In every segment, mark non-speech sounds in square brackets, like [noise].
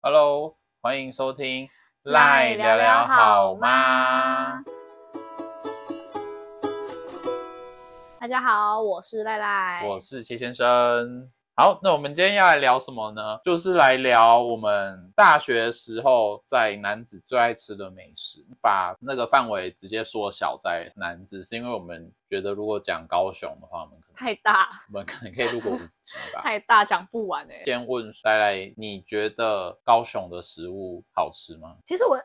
Hello，欢迎收听赖赖聊聊好吗？大家好，我是赖赖。我是谢先生。好，那我们今天要来聊什么呢？就是来聊我们大学时候在男子最爱吃的美食，把那个范围直接缩小在男子，是因为我们觉得如果讲高雄的话，我们可能太大我们可能可以录个五集吧。太大讲不完哎、先问赖赖，你觉得高雄的食物好吃吗？其实我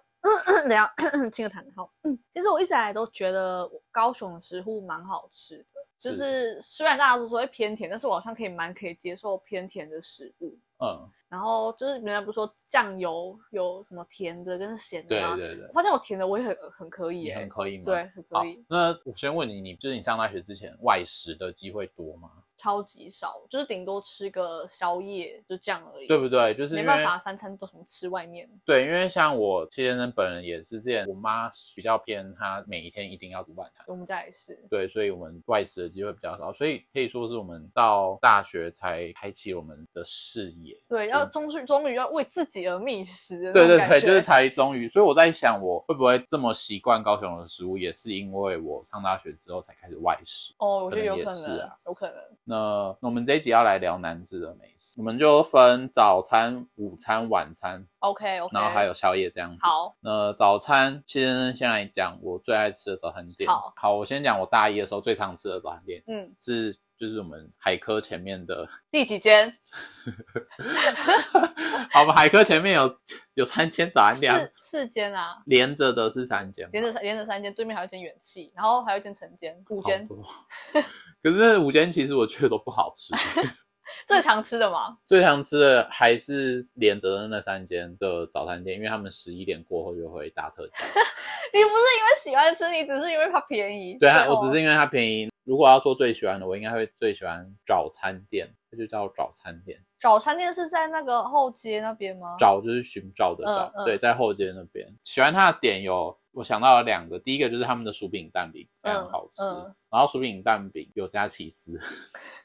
等一下清个痰好。嗯其实我一直以来都觉得高雄的食物蛮好吃的，就是是虽然大家都说会偏甜，但是我好像可以蛮可以接受偏甜的食物。嗯，然后就是人家不是说酱油有什么甜的跟咸的对吗？对对我，发现我甜的我也很很可以你哎、很可以吗？对，很好可以，，那我先问你，你就是你上大学之前外食的机会多吗？超级少，就是顶多吃个宵夜就这样而已。对不对？就是没因办为法，三餐都什么吃外面。对，因为像我谢先生本人也是，之前我妈比较偏，她每一天一定要煮晚餐，我们家也是，对，所以我们外食的机会比较少，所以可以说是我们到大学才开启我们的视野。对，要终于终于要为自己而觅食的那对种对感对，觉。就是才终于，所以我在想，我会不会这么习惯高雄的食物，也是因为我上大学之后才开始外食。哦，我觉得有可可能也是能，啊有可能。那那我们这一集要来聊南子的美食，我们就分早餐、午餐、晚餐， OK OK。然后还有宵夜这样子。好，那早餐先先来讲我最爱吃的早餐店。好，我先讲我大一的时候最常吃的早餐店嗯，是就是我们海科前面的， [laughs] 第几间？好，我们海科前面有有三间早餐店，四四间啊，连着的是三间嘛，连着三连着三间，对面还有一间元气，然后还有一间晨间，五好间多。 [laughs] 可是五间其实我觉得都不好吃， [laughs] 最常吃的嘛。最常吃的还是连着的那三间的早餐店，因为他们十一点过后就会大特价。 [laughs] 你不是因为喜欢吃，你只是因为它便宜。对，啊，它我只是因为它便宜。如果要说最喜欢的，我应该会最喜欢早餐店，它就叫早餐店。早餐店是在那个后街那边吗？找就是寻找的找，哦嗯嗯对，在后街那边。喜欢它的点有，我想到了两个，第一个就是他们的薯饼蛋饼非常好吃，嗯嗯然后薯饼蛋饼有加起司，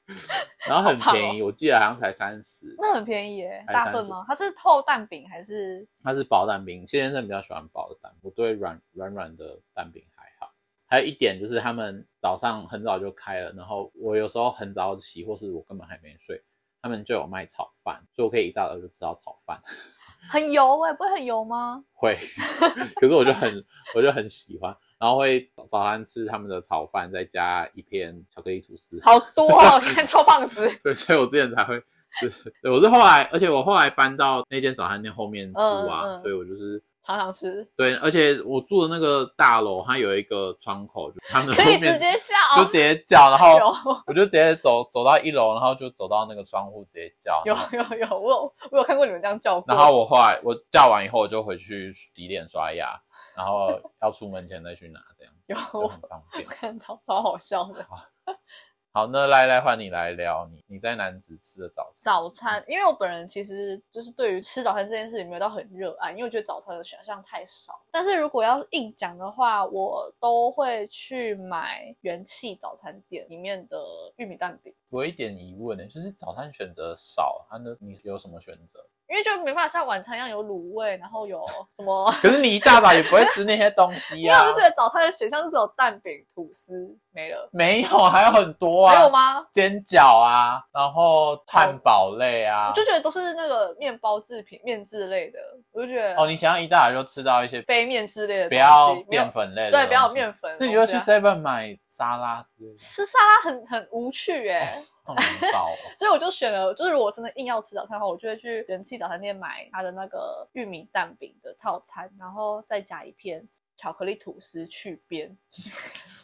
[laughs] 然后很哦便宜，我记得好像才三十。那很便宜耶，还是大份吗？它是厚蛋饼还是？它是薄蛋饼，谢先生比较喜欢薄的蛋，我对软软软的蛋饼还好。还有一点就是他们早上很早就开了，然后我有时候很早起，或是我根本还没睡，他们就有卖炒饭，所以我可以一大早就吃到炒饭。很油哎、不会很油吗？ [laughs] 会，可是我就很我就很喜欢，然后会早餐吃他们的炒饭，再加一片巧克力吐 [laughs] 司。好多哦，看臭胖 [laughs] 子。对，所以我之前才会，对，对我是后来，而且我后来搬到那间早餐店后面住啊，嗯嗯所以我就是常常吃，对，而且我住的那个大楼，它有一个窗口，就他们的可后以直面接下就哦直。接叫，然后有我就直接走走到一楼，然后就走到那个窗户直接叫，然后有 [laughs] 有有，我有我有看过你们这样叫过。然后我后来我叫完以后，我就回去洗脸刷牙，然后要出门前再去拿，这样有就我很方便。看到超好笑的好，那来来换你来聊你你在南子吃的早餐。早餐，因为我本人其实就是对于吃早餐这件事情没有到很热爱，因为我觉得早餐的选项太少。但是如果要是硬讲的话，我都会去买元气早餐店里面的玉米蛋饼，我有一点疑问呢，就是早餐选择少，它呢你有什么选择？因为就没办法像晚餐一样有卤味，然后有 [laughs] 什么。可是你一大早也不会吃那些东西啊 [laughs] 呀、因为我就觉得早餐的选项是只有蛋饼、吐司没了，没有，还有很多还有啊，吗？煎饺啊，然后汉堡类啊我。就觉得都是那个面包制品、面制类的，我就觉得哦，你想要一大早就吃到一些非面制类的东不西要没有面粉类的，对，不要有。面粉。那你就我去觉得 Seven 买沙拉之类的，啊吃沙拉很很无趣耶、那种很饱哦。所以我就选了，就是如果真的硬要吃早餐的话，我就会去人气早餐店买它的那个玉米蛋饼的套餐，然后再加一片巧克力吐司去边，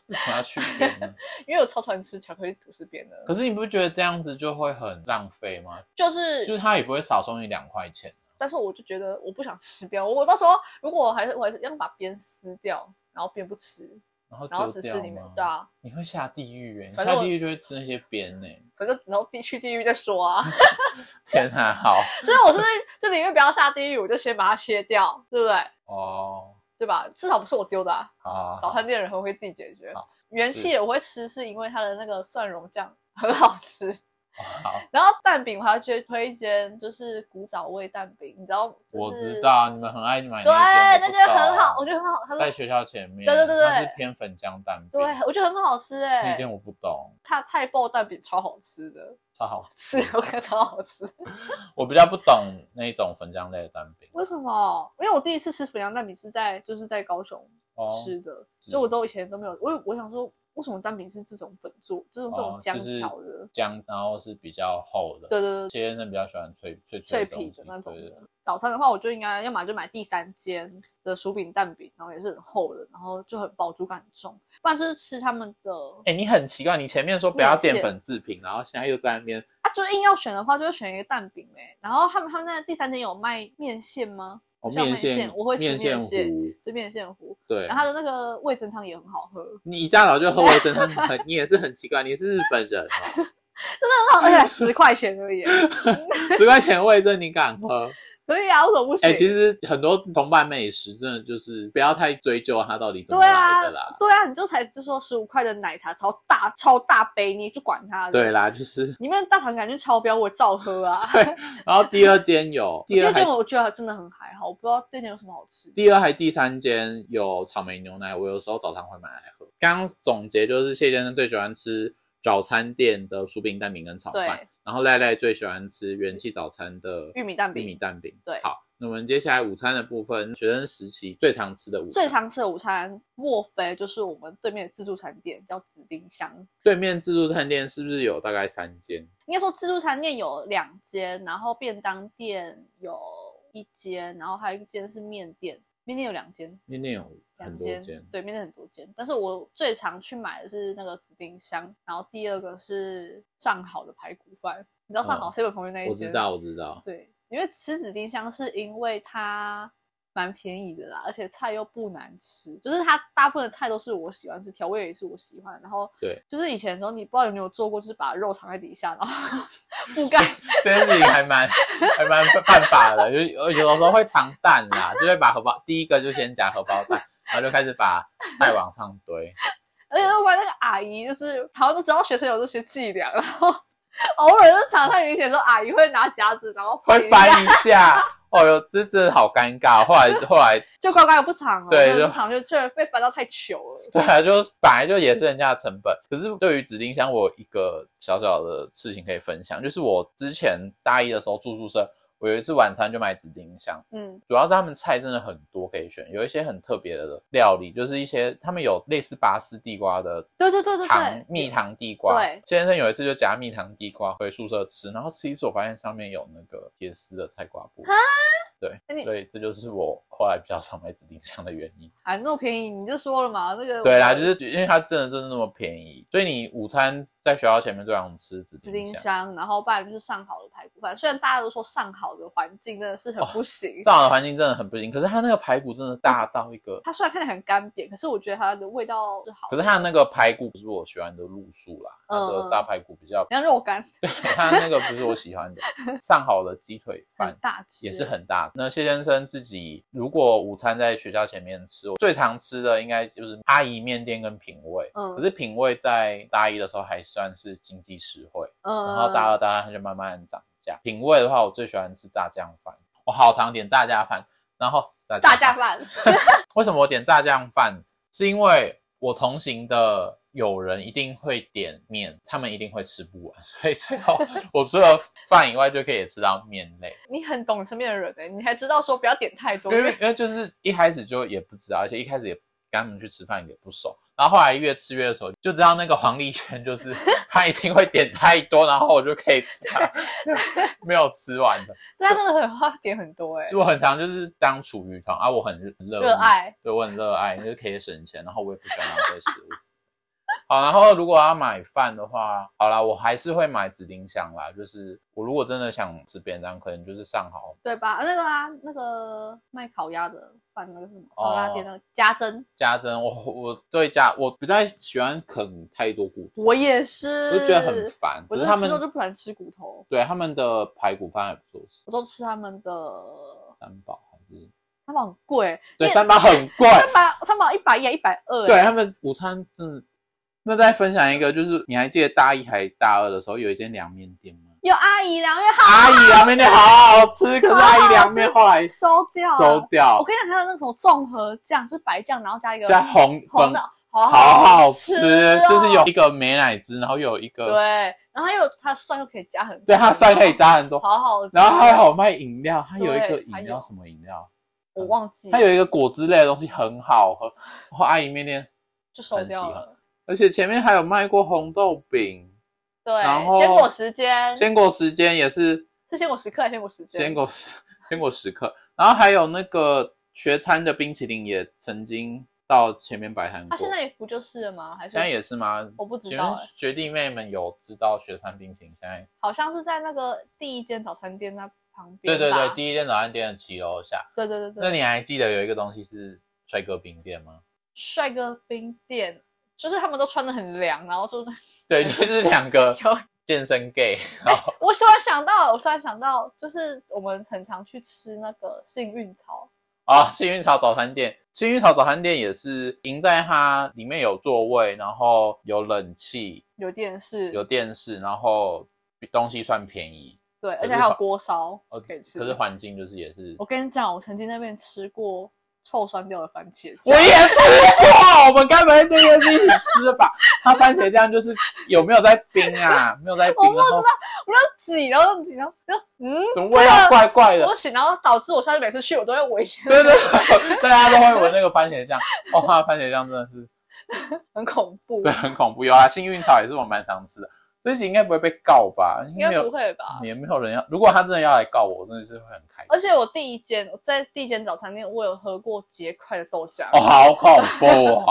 为什么要去边 [laughs] 呢？因为我超讨厌吃巧克力吐司边的，可是你不觉得这样子就会很浪费吗？就是就是它也不会少收你两块钱。但是我就觉得我不想吃边，我到时候如果我还是我还是要把边撕掉，然后边不吃，然后然后丢只掉吃里面吗，对啊。你会下地狱哎、你反正下我地狱就会吃那些边呢、 [laughs] 反正然后地去地狱再说啊。 [laughs] 天啊，好所以我是就宁愿不要下地狱，我就先把它切掉，对不对？哦，对吧？至少不是我丢的、啊，好早餐店人很会自己解决好。元气我会吃，是因为它的那个蒜蓉酱很好吃，哦好， [laughs] 然后蛋饼我还觉得推一间就是古早味蛋饼，你知道？就是、我知。道你们很爱买对，那间，我不那就知道啊很好，我觉得很好。他在说，学校前面，对对对对它是偏粉浆蛋饼，对我觉得很好吃哎、那间我不懂，他菜爆蛋饼超好吃的， [laughs] 超好，是我觉得超好吃。我比较不懂那一种粉浆类的蛋饼，为什么？因为我第一次吃粉浆蛋饼是在就是在高雄哦，吃的，是所以我都以前都没有。我我想说，为什么蛋饼是这种粉做，这种这哦种浆就是调的？浆，然后是比较厚的，对对对，些人比较喜欢脆脆脆东皮西的那种对对的。早餐的话，我就应该要么就买第三间的薯饼蛋饼，然后也是很厚的，然后就很饱足感很重。不然就是吃他们的，哎、你很奇怪，你前面说不要面线淀粉制品，然后现在又在那边啊，就硬要选的话，就会选一个蛋饼哎、然后他们他们那第三间有卖面线吗？哦像面面线线，我会吃面面糊，线就面线糊，对。然后它的那个味噌汤也很好喝， [laughs] 你一大早就喝味 [laughs] 噌汤，很你也是很奇怪，你是日本人哦，很好，而且十块钱而已欸，十块钱的味噌你敢 [laughs] 喝？可以啊，为什么不行？哎、其实很多同伴美食真的就是不要太追究它到底怎么对啊来的啦，，对啊，你就才就说十五块的奶茶超大超大杯，你就管它的。对，啦，就是。 [laughs] 里面大肠杆菌超标，我照喝啊。然后第二间有，第第二二还间我觉得真的很还好，我不知道这间有什么好吃。第二还第三间有草莓牛奶，我有时候早上会买来喝。刚刚总结就是谢先生最喜欢吃早餐店的酥饼蛋饼跟炒饭对，然后赖赖最喜欢吃元气早餐的玉米蛋玉米饼蛋饼。对好，那我们接下来午餐的部分，学生时期最常吃的午餐，最常吃的午餐，莫非就是我们对面的自助餐店叫紫丁香？对面自助餐店是不是有大概三间？应该说自助餐店有两间，然后便当店有一间，然后还有一间是面店，面店有两间，面店有很两多间，对，面店很多间。但是我最常去买的是那个紫丁香，然后第二个是上好的排骨饭，你知道上好嗯 seven 旁边那一我间？知道，我知道。对，因为吃紫丁香是因为它蛮便宜的啦，而且菜又不难吃，就是它大部分的菜都是我喜欢吃，调味也是我喜欢。然后对，就是以前的时候你不知道有没有做过，就是把肉藏在底下，然后覆盖。这件事情还蛮还蛮犯法的，就有有的时候会藏蛋啦，就会把荷包第一个就先夹荷包蛋，然后就开始把菜往上堆。而且我把那个阿姨就是好像都知道学生有这些伎俩，然后 [laughs] 偶尔就常太明显的时候，阿姨会拿夹子然后会翻一下，翻一下。哦哟，这真的好尴尬。后来后来，就乖乖的不藏了，对就就不藏就就被翻到太糗了。对啊，就本来就也是人家的成本。可是对于指定箱，我有一个小小的事情可以分享，就是我之前大一的时候住宿舍，我有一次晚餐就买指定箱，嗯，主要是他们菜真的很多可以选，有一些很特别的料理，就是一些他们有类似拔丝地瓜的对对对对糖对，蜜糖地瓜。对，先生有一次就夹蜜糖地瓜回宿舍吃，然后吃一次，我发现上面有那个铁丝的菜瓜布啊。那对，你所以这就是我后来比较少买紫丁香的原因。啊，那么便宜，你就说了嘛，那个对啦，就是因为它真的真的那么便宜，所以你午餐在学校前面最常吃紫紫丁丁香。香，然后不然就是上好的排骨饭。虽然大家都说上好的环境真的是很不行，哦上好的环境真的很不行，可是它那个排骨真的大到一 [laughs] 个，它虽然看起来很干瘪，可是我觉得它的味道是好可的，是它那个排骨不是我喜欢的路数啦，它嗯嗯的大排骨比 [laughs] 较，像肉干它那个不是我喜欢的。上好的鸡腿饭很大只，也是很大。那谢先生自己如果午餐在学校前面吃，我最常吃的应该就是阿姨面店跟品味。嗯可是品味在大一的时候还算是经济实惠，嗯，然后大二、大三就慢慢涨价。品味的话，我最喜欢吃炸酱饭，我好常点炸酱饭。然后炸大酱家饭饭， [laughs] 为什么我点炸酱饭？是因为我同行的友人一定会点面，他们一定会吃不完，所以最后 [laughs] 我除了饭以外，就可以吃到面类。你很懂身边的人哎、你还知道说不要点太多，因因为为因为就是一开始就也不知道，而且一开始也跟他们去吃饭也不熟，然后后来越吃越熟，就知道那个黄丽轩就是 [laughs] 他一定会点太多，然后我就可以吃他没有吃完的。对啊他真的很花点很多哎、就我很常就是当厨余桶啊，我很热热，爱对我很热爱，就是可以省钱，然后我也不喜欢浪费食物。好，然后如果要买饭的话，好啦，我还是会买紫丁香啦。就是我如果真的想吃便当，可能就是上好对吧？那个啊，那个卖烤鸭的饭那个是什么哦烧鸭店那个家珍，家珍，我我对家我不太喜欢啃太多骨头，我也是，我就觉得很烦。嗯我可真是的他吃肉就们不喜欢吃骨头，对他们的排骨饭还不错吃，我都吃他们的，三宝还是他们很贵，对因为三宝很贵，三百三百一百一啊，一百二，对，他们午餐真的那再分享一个，就是你还记得大一还大二的时候有一间凉面店吗？有阿姨凉面好阿姨凉面店好好吃，可是阿姨凉面后来收掉了收我掉，跟你讲，还有那种综合酱，就是白酱，然后加一个加红红粉的，好好好吃吃哦，，就是有一个美乃滋，然后有一对个，然后还有它蒜又可以加很多，对它酸可以，加很多，好好吃。然后还有卖饮料，它有一个对还饮有料什么饮料，我忘记了，它有一个果汁类的东西很好喝，然后阿姨面店，就收掉了。而且前面还有卖过红豆饼，对，然后鲜果时间鲜果时间也是是鲜果时刻还是鲜果时间？鲜果鲜果时 [laughs] 刻，然后还有那个学餐的冰淇淋也曾经到前面摆摊它过，现在也不就是了吗？还是现在也是吗？我不知前道面哎、学弟妹们有知道学餐冰淇淋现在？好像是在那个第一间早餐店那旁边对对吧。对，第一间早餐店的骑楼下。对对对那对，你还记得有一个东西是帅哥冰店吗？帅哥冰店就是他们都穿的很凉，然后就 [laughs] 对，就是两个 [laughs] 有健身 gay，然后 [laughs] 我突然想到，我突然想到，就是我们很常去吃那个幸运草，啊，幸运草早餐店，幸运草早餐店也是赢在它里面有座位，然后有冷气，有电视，有电视，然后东西算便宜，对，可而是且还有好锅烧呃可以吃。哦可是环境就是也是我，跟你讲，我曾经在那边吃过臭酸掉的番茄我酱，也吃过，我们该不会这个是一起吃吧？它番茄酱就是有没有在冰啊？没有在冰，我不然后我就挤，然后挤，然后就嗯，怎么味道怪怪的？我醒，然后导致我下次每次去我都会危险，对对对，大家都会闻那个番茄酱，哦，它的番茄酱真的是很恐怖 [laughs] 对，，很恐怖。有啊，幸运草也是我蛮常吃的，这集应该不会被告吧？应应没该有不会吧？也没有人要。如果他真的要来告我，我真的是会很开心。而且我第一间我在第一间早餐店，我有喝过结块的豆浆，哦，好恐怖 [laughs] 哦！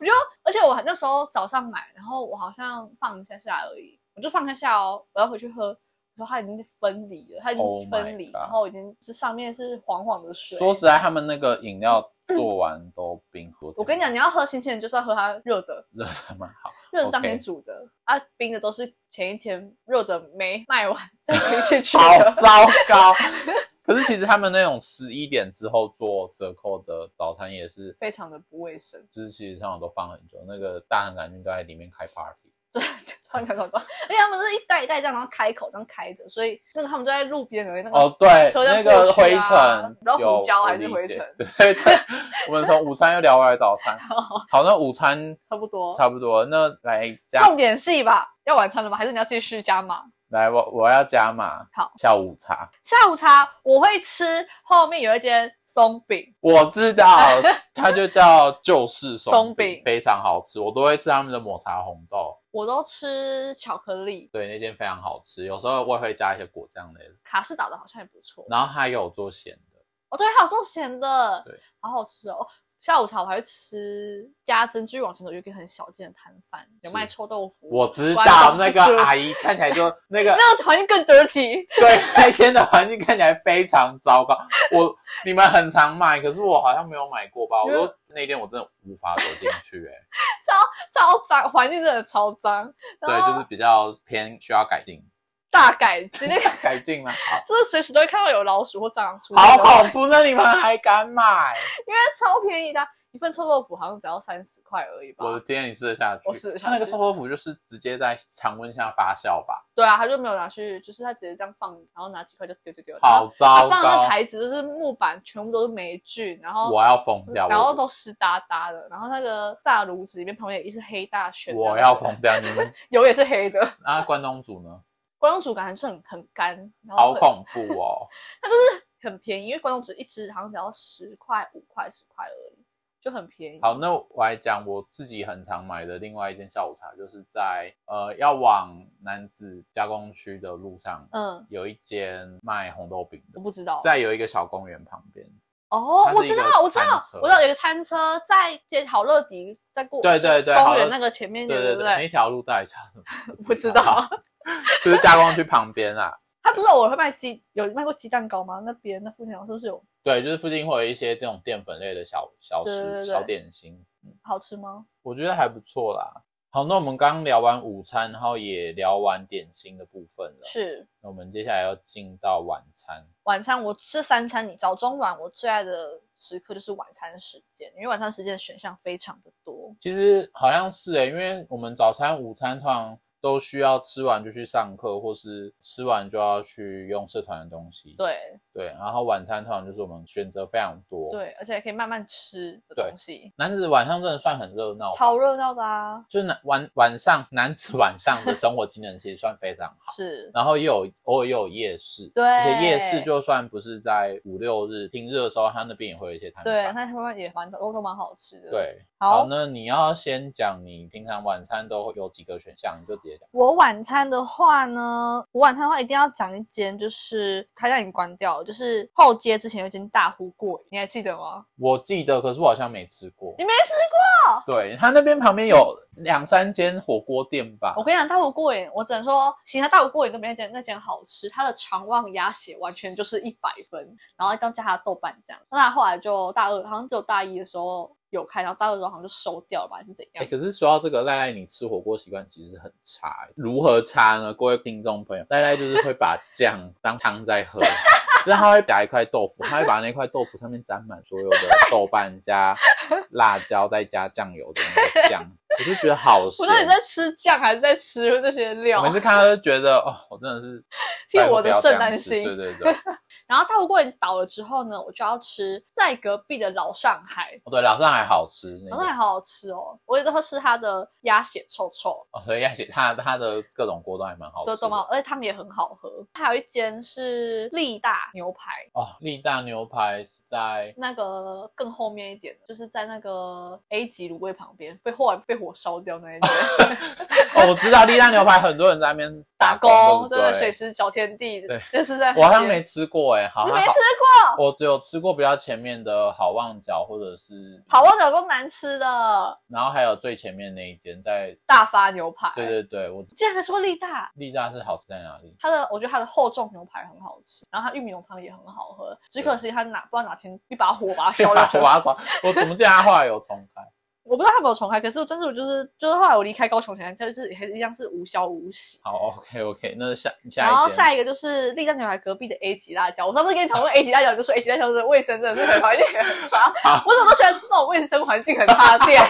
我就而且我那时候早上买，然后我好像放一下下而已，我就放一下下哦，我要回去喝。然后它已经分离了，它已 Oh 经 my 分离 God 然后已经是上面是黄黄的水。说实在，他们那个饮料做完都冰喝。我跟你讲，你，要喝新鲜的，就是要喝它热的，热的蛮好。热的当天 OK 煮的啊，冰的都是前一天热的没卖完再冰进去好的。糟糕。 [laughs] 可是其实他们那种十一点之后做折扣的早餐也是，非常的不卫生，就是其实上我都放很久，那个大肠杆菌都在里面开 party。超级搞笑。而且他们是一袋一袋这样，然后开口这样开着，所以那个他们就在路边有那个 [laughs] 哦，对，车那辆个过灰去啊尘然后有胡椒我还是理灰解 [laughs] 尘哦对对对，我们从午餐又聊回来早 [laughs] 餐，好，那午餐差不多。差不多，那来加重点戏吧，要晚餐了吗？还是你要继续加码？来我我要加码，好，下午茶，下午茶我会吃后面有一间松饼，我知道，它就叫旧式松松饼饼，非常好吃，我都会吃他们的抹茶红豆， [laughs] 我都吃巧克力，对，那间非常好吃，有时候我也会加一些果酱类的，卡士打的好像也不错。然后还有做咸的，哦，对，还有做咸的，对，好好吃哦。下午茶我还会吃加珍珠往前走有一个很小间的摊贩，有卖臭豆腐。我知完道了那个哎阿姨看起来就那个那个环境更 dirty， [laughs] 对，那间的环境看起来非常糟糕。我你们很常买，可是我好像没有买过吧？我都那天我真的无法走进去、 [laughs] 欸，超脏，环境真的超脏。然对，就后是比较偏需要改进，大改进，那个改进吗？好。 [laughs] 就是随时都会看到有老鼠或蟑螂出没 [laughs] 好恐怖！那你们还敢买？因为超便宜的啊，一份臭豆腐好像只要三十块而已吧。我的天，你吃得下去？我吃得下去它那个臭豆腐就是直接在常温下发酵吧？对啊，他就没有拿去，就是他直接这样放，然后拿几块就丢丢丢。然后好糟他啊放的那糕！台子就是木板，全部都是霉菌，然后我要疯掉！然后我都湿哒哒的，然后那个炸炉子里面旁边也是黑大圈。我要疯掉！你 [laughs] 们油也是黑的，啊，关东煮呢？关东煮感觉是很很干，然好后很恐怖哦！很便宜，因为关东煮一只好像只要十块、五块、十块而已，就很便宜。好，那我来讲我自己很常买的另外一间下午茶，就是在呃要往南子加工区的路上，嗯，有一间卖红豆饼我的，不知道。在有一个小公园旁边。哦它，我是一知个道，我知道餐，车我知道有一个餐车在接好乐迪，在过对对对公好园乐那个前面对那个对哎不对，对那？一条路到底叫什么？ [laughs] 不知道， [laughs] 就是加工区旁边啊。他不是偶尔会卖鸡，有卖过鸡蛋糕吗？那边那附近好像是不是有对，就是附近会有一些这种淀粉类的小小食对对对小点心，好吃吗？我觉得还不错啦。好，那我们刚聊完午餐，然后也聊完点心的部分了。是那我们接下来要进到晚餐。晚餐我吃三餐，你早中晚我最爱的时刻就是晚餐时间，因为晚餐时间的选项非常的多。其实好像是欸诶、因为我们早餐、午餐通常都需要吃完就去上课，或是吃完就要去用社团的东西。对对，然后晚餐通常就是我们选择非常多。，对，而且可以慢慢吃的对东西，男子晚上真的算很热闹吧，超热闹的啊！就是男晚晚上男子晚上的生活机能其实算非常好。是，然后也有偶尔也有夜市，对而且夜市就算不是在五六日平日的时候，它那边也会有一些摊对，贩。那他们也蛮都都蛮好吃的。，对，好那你要先讲你平常晚餐都会有几个选项，你就直接讲。我晚餐的话呢，我晚餐的话一定要讲一间，就是它让你关掉了，就是后街之前有一间大呼过瘾，你还记得吗？我记得，可是我好像没吃过你。没吃过？对，它那边旁边有两三间火锅店吧我。跟你讲，大呼过瘾，我只能说其他大呼过瘾都没那间那间好吃，它的肠旺鸭血完全就是一百分，然后再加它的豆瓣酱。那后来就大二，好像只有大一的时候有开，然后大二的时候好像就收掉了吧，还是怎哎、样？可是说到这个，赖赖你吃火锅习惯其实很差、欸如何差呢？各位听众朋友，赖赖就是会把酱当汤在 [laughs] 喝，就是他会打一块豆腐，他会把那块豆腐上面沾满所有的豆瓣加辣椒，再加酱油的那个酱，我就觉得好我咸到。底在吃酱还是在吃那些我料？每次看到就觉得，哦，我真的是替拜托我不的要圣这样诞子心对对对，然后大如果你倒了之后呢，我就要吃在隔壁的老上海，哦对，老上海好吃那老上海个，好好吃哦，我也都会吃它的鸭血臭臭，哦，所以而且它它的各种锅都还蛮好都吃都的蛮好，。而且他们也很好喝。还有一间是力大牛排，哦，力大牛排是在那个更后面一点的，就是在那个 A 级卤味旁边，被后来被火烧掉那 [laughs] 一间哦，我知道力大牛排很多人在那边打工，工，对不水池小天地对，就是在我好像那边没吃过哎、好你像没好吃过，我只有吃过比较前面的好望角，或者是好望角都难吃的然后还有最前面那一间在，大发牛排，对对对，我竟然还说力大，力大是好吃在哪里？它的我觉得它的厚重牛排很好吃，然后它玉米浓汤也很好喝，只可惜它哪不知道哪天一把火把它 [laughs] 烧我把掉它去。烧，我怎么记得它后来有重开？我不知道它有没有重开，可是我真的我就是就是后来我离开高雄前，它就是还是一样是无消无息。好，OK OK，那下然后下一间，下一个就是丽江牛排隔壁的 A 级辣椒，我上次跟你讨论 A 级辣椒，你就说 A 级辣椒的卫生真的是环境很 [laughs] 差好，我怎么都喜欢吃那种卫生环境很差 [laughs] 的店？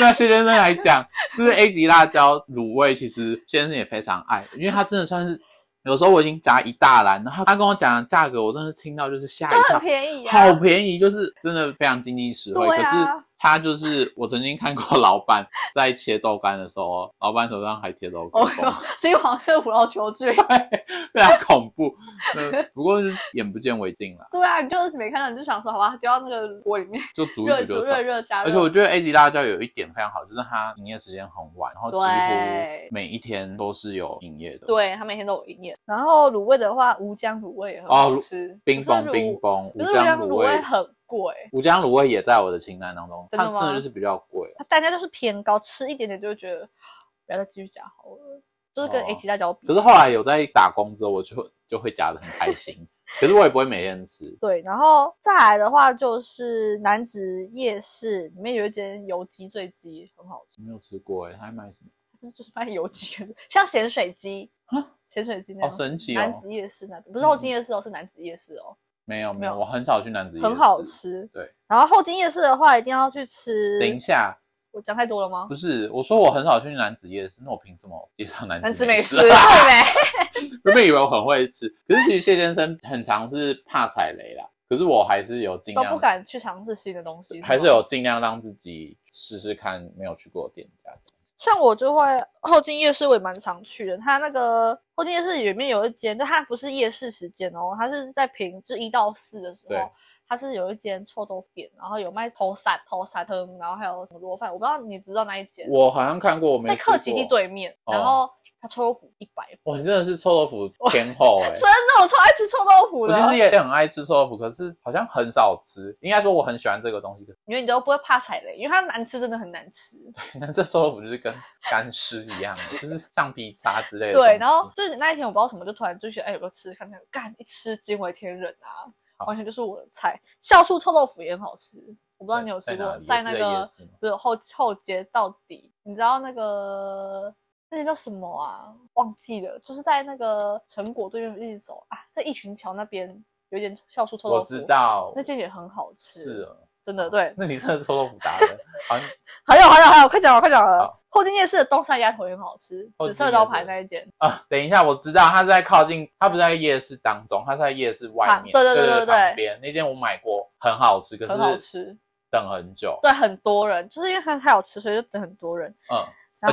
那谢先生来讲，就是 A 级辣椒卤味，其实先生也非常爱，因为它真的算是有时候我已经夹一大篮，然后他跟我讲的价格，我真的听到就是吓一都跳很。便宜好啊，便宜，就是真的非常经济实惠。对可啊是他就是我曾经看过老板在切豆干的时候，哦老板手上还贴豆干哦，金黄色葡萄球菌。 [laughs] 非常恐怖。呃不过就是眼不见为净啦， [laughs] 对啊，你就是没看到，你就想说好吧，丢到那个锅里面就煮一热煮就煮热算。热加热。而且我觉得 A 级辣椒有一点非常好，就是它营业时间很晚，然后几对乎每一天都是有营业的。，对，他每天都有营业。然后卤味的话，吴江卤味也很好吃，哦冰可是崩卤冰，崩，五可是吴江江卤卤味味，很贵，五江卤味也在我的清单当中，真它的真吗的就是比较贵。啊它单价就是偏高，吃一点点就会觉得不要再继续加好了，就是跟哦 A 级辣椒比。可是后来有在打工之后，我就就会夹得很开心。可是我也不会每天吃。对，然后再来的话就是南子夜市里面有一间油鸡醉鸡很好吃，没有吃过哎、欸，他还卖什么？这就是卖油鸡，像咸水鸡啊，咸水鸡那好样。神奇哦！南子夜市那边不是后金夜市哦，是南子夜市哦，没有没没有，有我很少去男子夜市，很好。吃。对，然后后金夜市的话，一定要去吃。等一下，我讲太多了吗？不是我说我很少去男子夜市，那我凭什么介绍男南子子美食食？啊对 [laughs] 没？原本以为我很会吃，可是其实谢先生很常是怕踩雷啦。可是我还是有尽都量不，敢去尝试新的东西，还吗是有尽量让自己试试看没有去过的店家。像我就会后进夜市，我也蛮常去的。它那个后进夜市里面有一间，但它不是夜市时间哦，它是在平就一到四的时对候，它是有一间臭豆腐店，然后有卖头散、头散汤，然后还有什么螺饭，我不知道你知道哪一间，我好像看过，我没在吃克吉地过。对面，哦然后它臭豆腐一百分，哇，你真的是臭豆腐天后哎、真的我超爱吃臭豆腐啊我的，其实也很爱吃臭豆腐，可是好像很少吃。应该说我很喜欢这个东西，可因为你都不会怕踩雷，因为它难吃真的很难吃。是 [laughs] 但这臭豆腐就是跟干尸一 [laughs] 样，就是橡皮擦之类的东嗯西。对，然后就是那一天我不知道什么，就突然就觉得哎，有个吃吃看看，干一吃惊为天人啊好，完全就是我的菜。酵素臭豆腐也很好吃，我我不知道你有吃过，在在哪那里也个是在夜市吗不是后后街到底，你知道那个那个叫什么啊？忘记了，就是在那个成果对面一直走啊，在一群桥那边有点酵素臭豆腐，我知，道，那间也很好吃，是哦，真的对。那你真的 [laughs] 臭豆腐达人，好像还有还有还有，快讲了快讲了好，后街夜市的东山鸭头也很好吃，后紫街夜色市招牌那一间，啊，等一下，我知道它是在靠近，它不是在夜市当中，它是在夜市外面，啊对对对对对对旁边那间我买过，很好吃，可很好是吃，等很久，对，很多人，就是因为它太好吃，所以就等很多人，嗯，然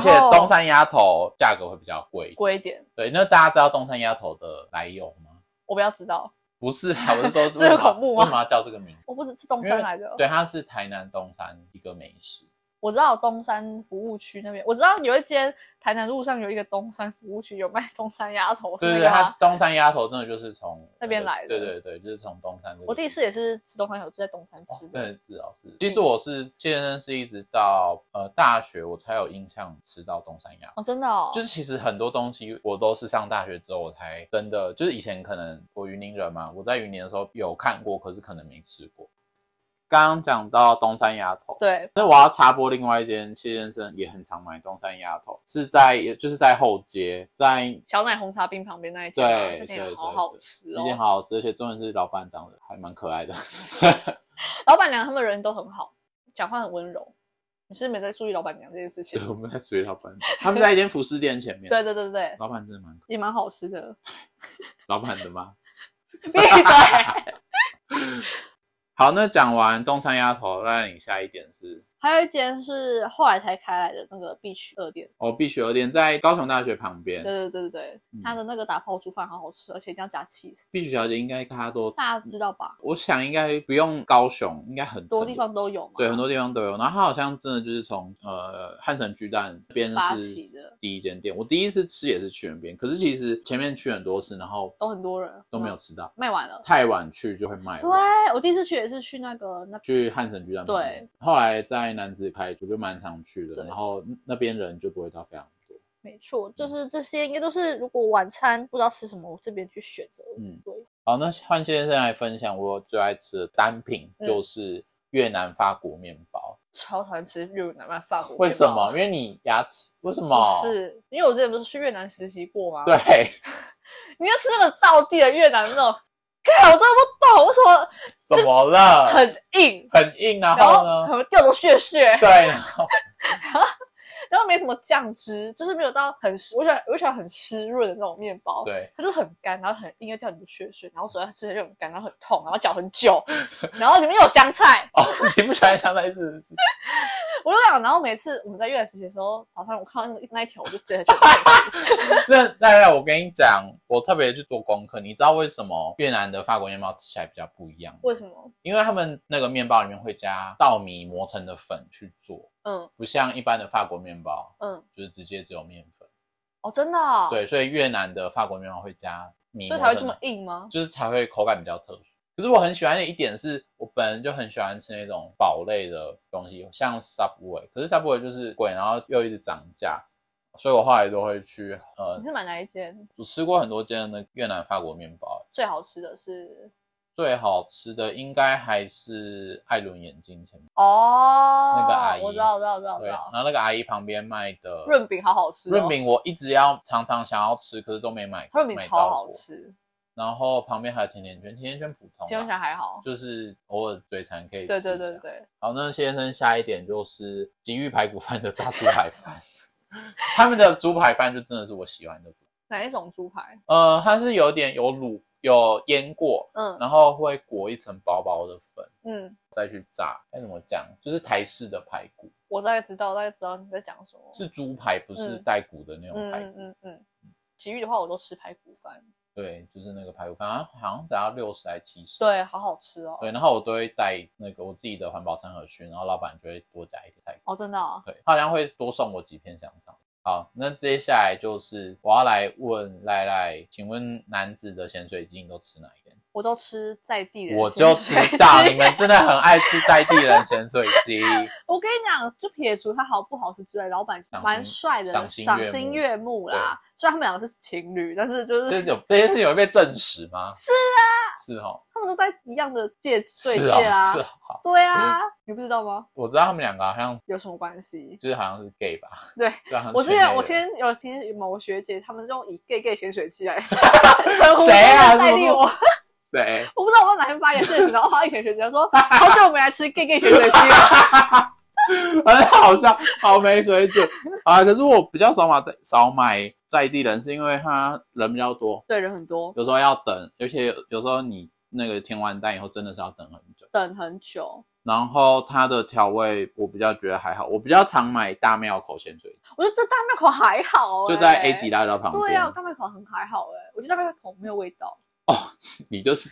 而后且东山鸭头价格会比较贵，贵一点，对，那大家知道东山鸭头的来由吗？我不要知道，不是啊，我是说 [laughs] 这为个什么恐怖吗为什么要叫这个名字？我不是吃东因山为来的，对，它是台南东山一个美食，我知道东山服务区那边，我知道有一间台南路上有一个东山服务区有卖东山鸭头，是对那对个对，吗它东山鸭头真的就是从那边个来的对对对，就是从东山这个地方。我第一次也是吃东山鸭头，就在东山哦吃真的的。嗯是哦，是。其实我是健身是一直到呃大学我才有印象吃到东山鸭，哦，真的哦，就是其实很多东西我都是上大学之后我才真的，就是以前可能我云林人嘛，我在云林的时候有看过，可是可能没吃过。刚刚讲到东山鸭头，对，那我要插播另外一间谢先生也很常买东山鸭头，是在也就是在后街，在小奶红茶冰旁边那一间啊，对那间对也对好对好吃一间哦。好好吃，而且重点是老板长得还蛮可爱的。 [laughs] 老板娘他们人都很好，讲话很温柔。你是没在注意老板娘这件事情对，？我们在追老板，他们在一间服饰店前面。对对对对对，老板真的蛮可也蛮好吃的。 [laughs] 老板的吗？闭嘴！好，那讲完东山鸭头，那你下一点是，还有一间是后来才开来的那个必区二店，我、必须有点在高雄大学旁对边。对对对对，嗯它的那个打泡猪饭好好吃，而且一定要加 cheese，必须小姐应该大家都，大家知道吧？我想应该不用高雄，应该很多地方都有嘛。对很多地方都有。然后它好像真的就是从呃汉神巨蛋这边发起是的第一间店，我第一次吃也是去那边，可是其实前面去很多次，然后都很多人都没嗯有吃到，卖完了。太晚去就会卖对完。，我第一次去也是去那个那去汉神巨蛋旁边，后来在南子开，我就蛮常去的，对然后那边人就不会到非常多。没错，就是这些应该都是如果晚餐不知道吃什么，我这边去选择。嗯对，好，那换先生来分享我最爱吃的单品，嗯就是越南法国面包。超讨厌吃越南饭法国面包，为什么？因为你牙齿为什么？不是，因为我之前不是去越南实习过吗？，对， [laughs] 你要吃那个道地的越南那种，看我真的不懂为什啊么怎么了？很硬，很硬，然然后后呢？可能掉着屑屑， [laughs] 对，然后然后没什么酱汁，就是没有到很湿，我喜欢我喜欢很湿润的那种面包。。 [laughs] 对，它就很干，然后很硬，又掉很多血水，然后手上吃起来就很干，然后很痛，然后嚼很 [laughs] 久，然后里面有香菜，哦，你不喜欢香菜是不是？我就想，然后每次我们在越南实习的时候，早上我看到那个那一条，我就直接就那当然，我跟你讲，我特别去做功课，你知道为什么越南的法国面包吃起来比较不一样吗？为什么？因为他们那个面包里面会加稻米磨成的粉去做，嗯不像一般的法国面包，嗯，就是直接只有面粉。哦，真的、哦，，对，所以越南的法国面包会加米所磨以才会粉这么硬吗？就是才会口感比较特殊。可是我很喜欢的一点是，我本人就很喜欢吃那种堡类的东西，像 Subway。可是 Subway 就是贵，然后又一直涨价，所以我后来都会去呃你，是买哪一间？我吃过很多间的越南法国面包，最好吃的是最好吃的应该还是艾伦眼镜前面。哦，那个阿姨我知道，我知道，我知道，我对，知然道，后那个阿姨旁边卖的润饼好好吃、哦，润，饼，我一直要常常想要吃，可是都没买润饼买超到好过。吃，然后旁边还有甜甜圈，甜甜圈普通、金龙啊，虾还好，就是偶尔嘴馋可以吃。对对对。对，好，那先生下一点就是吉裕排骨饭的大猪排饭， [laughs] 他们的猪排饭就真的是我喜欢的。哪一种猪排？呃，它是有点有卤有腌过，嗯然后会裹一层薄薄的粉，嗯，再去炸。该怎么讲？就是台式的排骨，我大概知道，大概知道你在讲什么，是猪排，不是嗯带骨的那种嗯排骨。嗯嗯嗯，奇遇的话我都吃排骨饭，对，就是那个排骨饭，好像好像只要六十还七十。对，好好吃哦，对，然后我都会带那个我自己的环保餐盒去，然后老板就会多加一个菜。哦，真的、哦，对，他好像会多送我几片香肠。好，那接下来就是我要来问赖赖，请问男子的咸水鸡你都吃哪一间？我都吃在地人，我就知 [laughs] 道你们真的很爱吃在地人咸水鸡，我跟你讲，就撇除他好不好吃之外，老板赏心蛮帅的，赏赏心心悦目悦目啦。虽然他们两个是情侣，但是就是这有这件事有 [laughs] 被证实吗？是啊，是哦，他们都在一样的界是对哦，界啊是。哦。好道，对啊，你不知道吗？我知道他们两个好像有什么关系？就是好像是 gay 吧？啊对，就好像我之圈内前人我今天有听某学姐，他们用以 gay gay 咸水鸡来称 [laughs] 呼谁啊我在地什么我，谁？我不知道我哪天发言社群，然后发一群学 [laughs] 姐说，好久我们来吃 gay gay 咸水鸡了。很好笑，好没水准啊！可是我比较少买在少买在地人，是因为他人比较多，对，人很多，有时候要等，而且有有时候你那个填完单以后真的是要等很久。等很久。然后它的调味我比较觉得还好，我比较常买大庙口咸水鸡，我觉得这大麦口还好、欸，就在 A 级。大道旁边。对啊，大麦口很还好哎、我觉得大麦口没有味道。你就是，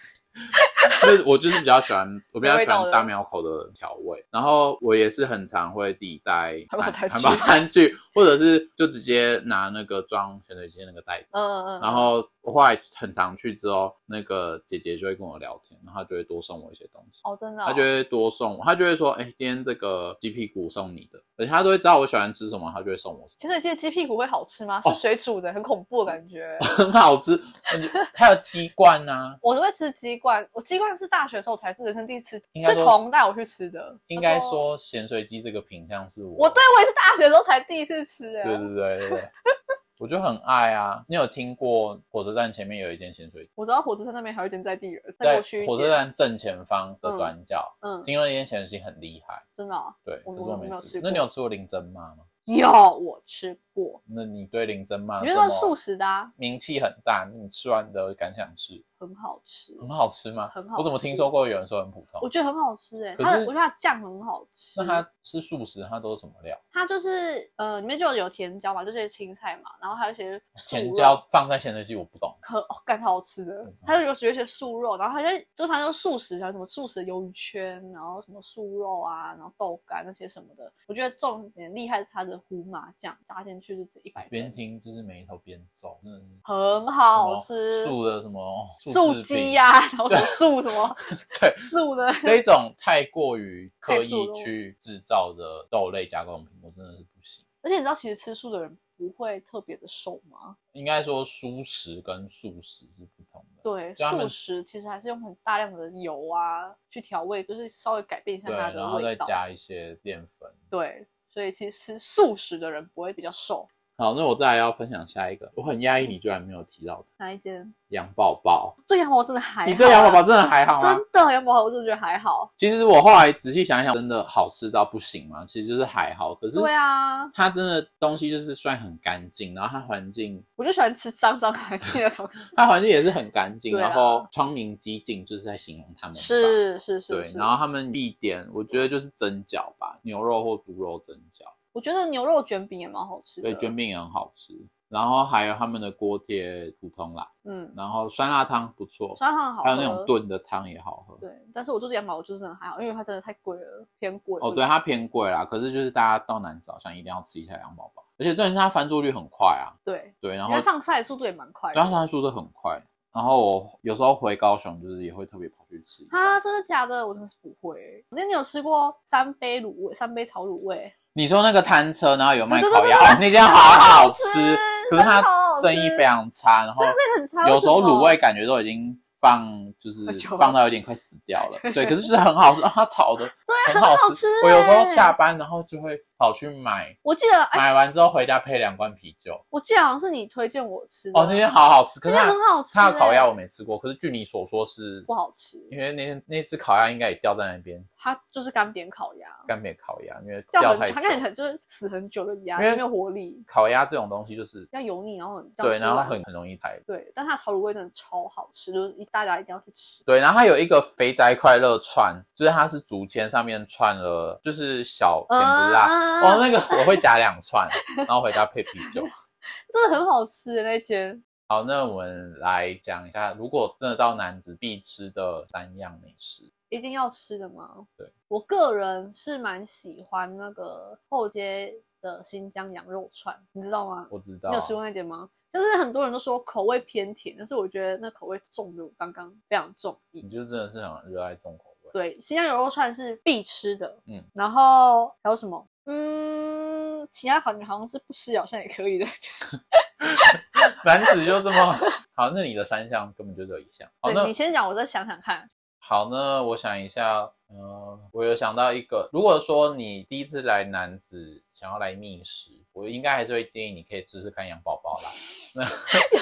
就是我就是比较喜欢，我比较喜有味道欢的大庙口的调味。然后我也是很常会自己带还把它带去还把餐具，或者是就直接拿那个装咸水鸡那个袋子。嗯嗯嗯。然后我后来很常去之后，那个姐姐就会跟我聊天，然后她就会多送我一些东西。哦，真的、哦，她就会多送我，她就会说：“哎、今天这个鸡屁股送你的。”而且她都会知道我喜欢吃什么，她就会送我什么。其实你记得鸡屁股会好吃吗？哦是水煮的，很 [laughs] 恐怖的 [laughs] 感觉。很好吃，嗯还有鸡冠啊，我都会吃鸡冠，我鸡冠是大学的时候才人生第一次，应该是说彤带我去吃的。应该他，说咸水鸡这个品相是我，我对我也是大学的时候才第一次吃哎、对对对对对，我就很爱啊。你有听过火车站前面有一间咸水鸡，我知道火车站那边还有一间在地人，再在过去一火车点，站正前方的转角，嗯，听说那间咸水鸡很厉害，真的哦、对，可我是我我没没有吃吃。过那你有吃过林珍妈吗？有我吃过，那你对林珍妈因这为都是素么食的、啊，名气很大，你吃完的感想是很好吃，很好吃吗？很好我怎么吃听说过有人说很普我通？觉得很好吃哎、可它的是我觉得它的酱很好吃，那它是素食，它都是什么料？它就是呃里面就有甜椒嘛，就这些青菜嘛，然后还有一些素甜肉椒放在咸水鸡，我不懂。可哦，干超好吃的嗯。它就有有一些素肉，然后它就就反正就是素食，然后什么素食鱿鱼圈，然后什么素肉啊，然后豆干那些什么的。我觉得重点厉害是它的胡麻酱加进去就是一百边分，听就是眉头边皱，真的是很好吃什么。素的什么素制鸡品，呀、然后什么素什么对，素的， [laughs] 这种太过于刻太素意了去制造的豆类加工品，我真的是不行。而且你知道其实吃素的人不会特别的瘦吗？应该说蔬食跟素食是不同的，对，对他素们食其实还是用很大量的油啊去调味，就是稍微改变一下对，它然的后再味道。加一些淀粉。对，所以其实吃素食的人不会比较瘦。好，那我再来要分享下一个，我很压抑你居然没有提到的哪一间？羊宝宝。对羊宝宝真的还好啊、你对羊宝宝真的还好吗？啊真的羊宝宝，我真的觉得还好。其实我后来仔细想一想，真的好吃到不行吗？其实就是还好，可是对啊，它真的东西就是算很干净，然后它环境我就喜欢吃脏脏干净的东 [laughs] 西。它环境也是很干净，对啊然后窗明几净，就是在形容他们吧。是是是对，是然。后他们必点，我觉得就是蒸饺吧，牛肉或猪肉蒸饺，我觉得牛肉卷饼也蛮好吃的。对，卷饼也很好吃。然后还有他们的锅贴普通啦，嗯，然后酸辣汤不错，酸汤好喝。还有那种。炖的汤也好喝。对，但是我就是羊宝宝，就是真的还好，因为它真的太贵了，偏贵。哦，对，它偏贵啦，可是就是大家到南子好像一定要吃一下羊宝宝，而且重点是它翻桌率很快啊，对，对，然因后为它上菜的速度也蛮快对它的。上速度很快。然后我有时候回高雄，就是也会特别跑去吃一下。啊，真的假的？我真是不会。那你有吃过三杯卤味、三杯炒卤味？你说那个摊车，然后有卖对对烤对鸭，对哦那间好好吃好好吃，可是它真的好好吃生意非常差，然后很差。有时候为什么卤味感觉都已经放，就是很久了放到有点快死掉了。对，可是就是很好吃，啊它炒的对很啊，好很好吃。我有时候下，班，然后就会跑去买，我记得哎，买完之后回家配两罐啤酒。我记得好像是你推荐我吃的。哦，那间好好吃，可真是它的很好吃、欸。它的烤鸭我没吃过，可是据你所说是不，好吃，因为那天那只烤鸭应该也掉在那边，它就是干煸烤鸭，干煸烤鸭，因为掉太很它看起久。来就是死很久的鸭，因为没有活力，烤鸭这种东西就是要油腻，然后很对，然后很很很容易踩对，但它炒卤味真的超好吃，就是一大家一定要去吃。对，然后它有一个肥宅快乐串，就是它是竹签上面串了，就是小甜不辣。嗯哦，那个我会夹两串，然后回家配啤酒。 [laughs] 真的很好吃欸的那间，好，那我们来讲一下，如果真的到南子必吃的三样美食。一定要吃的吗？对，我个人是蛮喜欢那个后街的新疆羊肉串，你知道吗？我知道你有吃过那间吗？就是很多人都说口味偏甜，但是我觉得那口味重的我刚刚非常中意你。就真的是很热爱重口味。对，新疆牛肉串是必吃的。嗯嗯，然后还有什么？嗯，其他好像好像是不吃好像也可以的。 [laughs] 南子就这么好，哦那你的三项根本就只有一项。好，对那你先讲，我再想想看。 [laughs] 好，那我想一下，嗯，我有想到一个，如果说你第一次来南子，想要来觅食，我应该还是会建议你可以试试看养宝宝啦，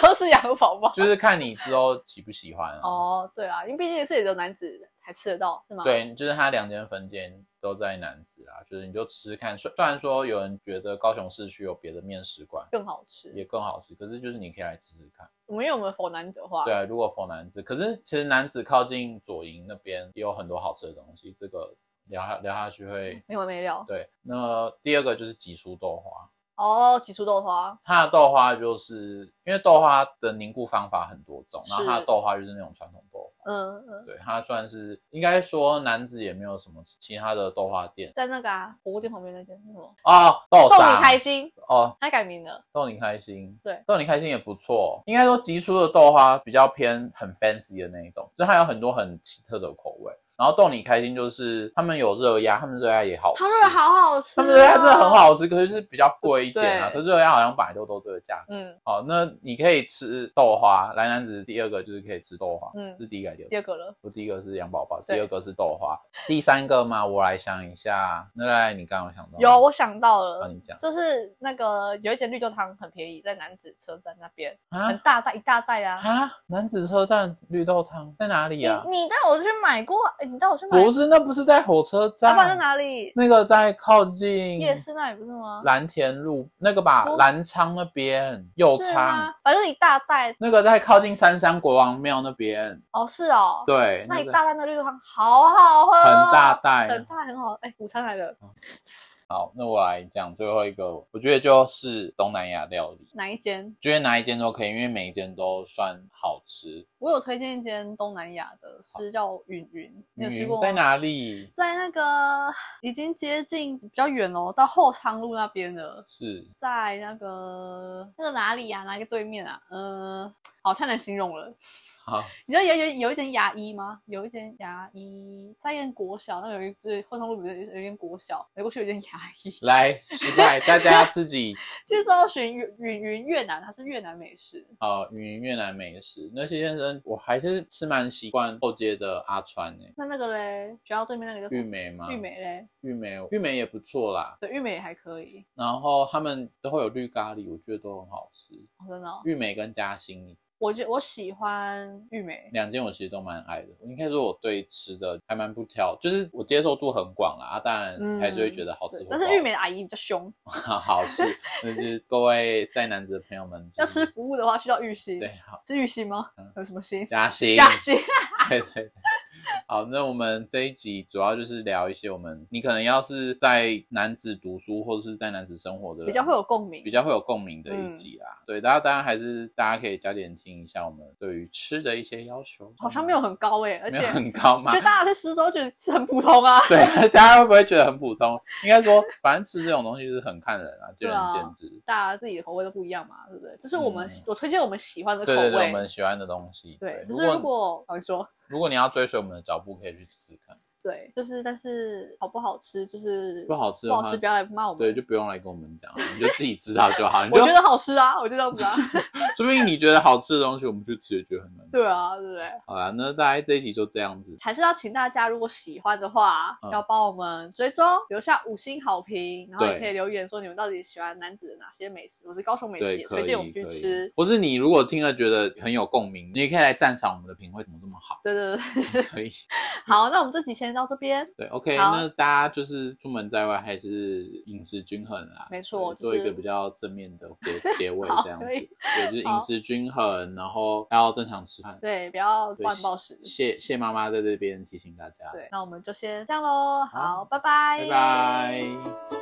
[laughs] 又是养宝宝。就是看你之后喜不喜欢啊。哦，对啦，因为毕竟是也只有男子才吃得到，是吗？，对，就是它两间分店都在南子啊，就是你就吃吃看。虽虽然说有人觉得高雄市区有别的面食馆更好吃。也更好吃，可是就是你可以来试试看。我们因为我们佛南的话，对啊，如果否南子，可是其实南子靠近左营那边也有很多好吃的东西，这个聊下聊下去会。没完没了。对，那第二个就是吉叔豆花，哦，挤出豆花，它的豆花就是因为豆花的凝固方法很多种，然后它的是豆花就是那种传统豆花，嗯嗯，对，它算是应该说南子也没有什么其他的豆花店在那个啊火锅店旁边那间是什么？哦，豆逗沙你开心，哦，他改名了。逗你开心，对，逗你开心也不错，哦应该说吉叔的豆花比较偏很 fancy 的那一种，就它有很多很奇特的口味，然后逗你开心就是他们有热鸭，他们热鸭也好吃，啊他们的好好吃、他哦，们热鸭真的很。好吃，可是是比较贵一点啊，对可是热鸭好像本来就都这个价格。嗯，好，那你可以吃豆花，蓝男子第二个就是可以吃豆花，嗯是第一个还是第二第个。二个了，我第一个是羊宝宝，第对二个是豆花，第三个嘛，我来想一下。那来，你刚刚有想到吗有我想到了，哦啊你讲就是那个有一间绿豆汤很便宜，在南子车站那边，很啊大袋一大袋啊。啊，男子车站绿豆汤在哪里你啊？你带我去买过，哎你带我去买，不是，啊那不是在火车老板在站，哪里？那个在靠近夜市那里不是吗？蓝田路那个吧不，是蓝昌那边右是昌吗，？反正一大袋那个在靠近三山国王庙那边，哦，是哦。对，那那一个大袋的绿豆汤好好喝，很大，袋，很大，很好。哎，午餐来了，好，那我来讲最后一个，我觉得就是东南亚料理，哪一间？觉得哪一间都可以，因为每一间都算好吃。我有推荐一间东南亚的，是叫云云，你有吃过吗？嗯在？哪里？在那个已经接近比较远哦，到后昌路那边了。是在那个那个哪里呀、哪一个对面啊？呃，好，太难形容了。好，你知道有有有一间牙医吗？有一间牙医在一间国小，那有一对后昌路不是有一间国小，哎，过去有一间牙医。 [laughs] 来，期待大家自己去搜寻云云云越南，它是越南美食。呃，云越南美食。那些先生，我还是吃蛮习惯后街的阿川诶、那那个嘞，学校对面那个叫什玉么梅吗？玉，梅嘞，玉梅，玉梅也不错啦。对，玉梅也还可以。然后他们都会有绿咖喱，我觉得都很好吃。哦、真的哦、玉梅跟嘉兴我觉我喜欢玉梅。两间我其实都蛮爱的，应该说我对吃的还蛮不挑，就是我接受度很广啦，啊，当然嗯还是会觉得好吃或对不好、但是玉梅的阿姨比较凶， [laughs] 好吃，那就是各位在南子的朋友们、要就是吃服务的话去到玉溪，对好是玉溪吗嗯？有什么溪？嘉兴，嘉兴。 [laughs] 对对对。好，那我们这一集主要就是聊一些我们你可能要是在南子读书或者是在南子生活的人比较会有嗯共鸣比。较会有共鸣的一集啦。对，大家当然还是大家可以加点听一下我们对于吃的一些要求，嗯好像没有很高哎、而没且有很高嘛，就大家去吃都觉得是很普通啊。 [laughs] 对，大家会不会觉得很普通？应该说，反正吃这种东西就是很看人啊，见对仁啊见智。大家自己的口味都不一样嘛，对不对？这是我们、嗯我推荐我们喜欢的口对味。对对，我们喜欢的东西。对如只是如果果好你说，如果你要追随我们的脚步，可以去试试看。对，就是但是好不好吃，就是不好吃不的好话吃，，不要来骂我们。对，就不用来跟我们讲，你就自己知道就 [laughs] 好。你就我觉得好吃啊，我就这样子啊。 [laughs] 说不定你觉得好吃的东西，我们就直接觉得很难吃。对。啊，对不对？好啦，那大概这一集就这样子。还是要请大家，如果喜欢的话，嗯要帮我们追踪，留下五星好评，然后对也可以留言说你们到底喜欢南子的哪些美食，或是高雄美食，对，也可推以荐我们可去以吃。。或是你如果听了觉得很有共鸣，你也可以来赞赏我们的品味怎么这么好。对对对， [laughs] 可以。好，那我们这集先到这边。对，OK，好那大家就是出门在外还是饮食均衡啦，没错对做就是一个比较正面的结结尾 [laughs] 好这样子，可以对，就是饮好食均衡，然后要正常吃饭。对，不要对乱暴食。谢谢妈妈在这边提醒大家，对，那我们就先这样喽。好好，拜拜，拜拜。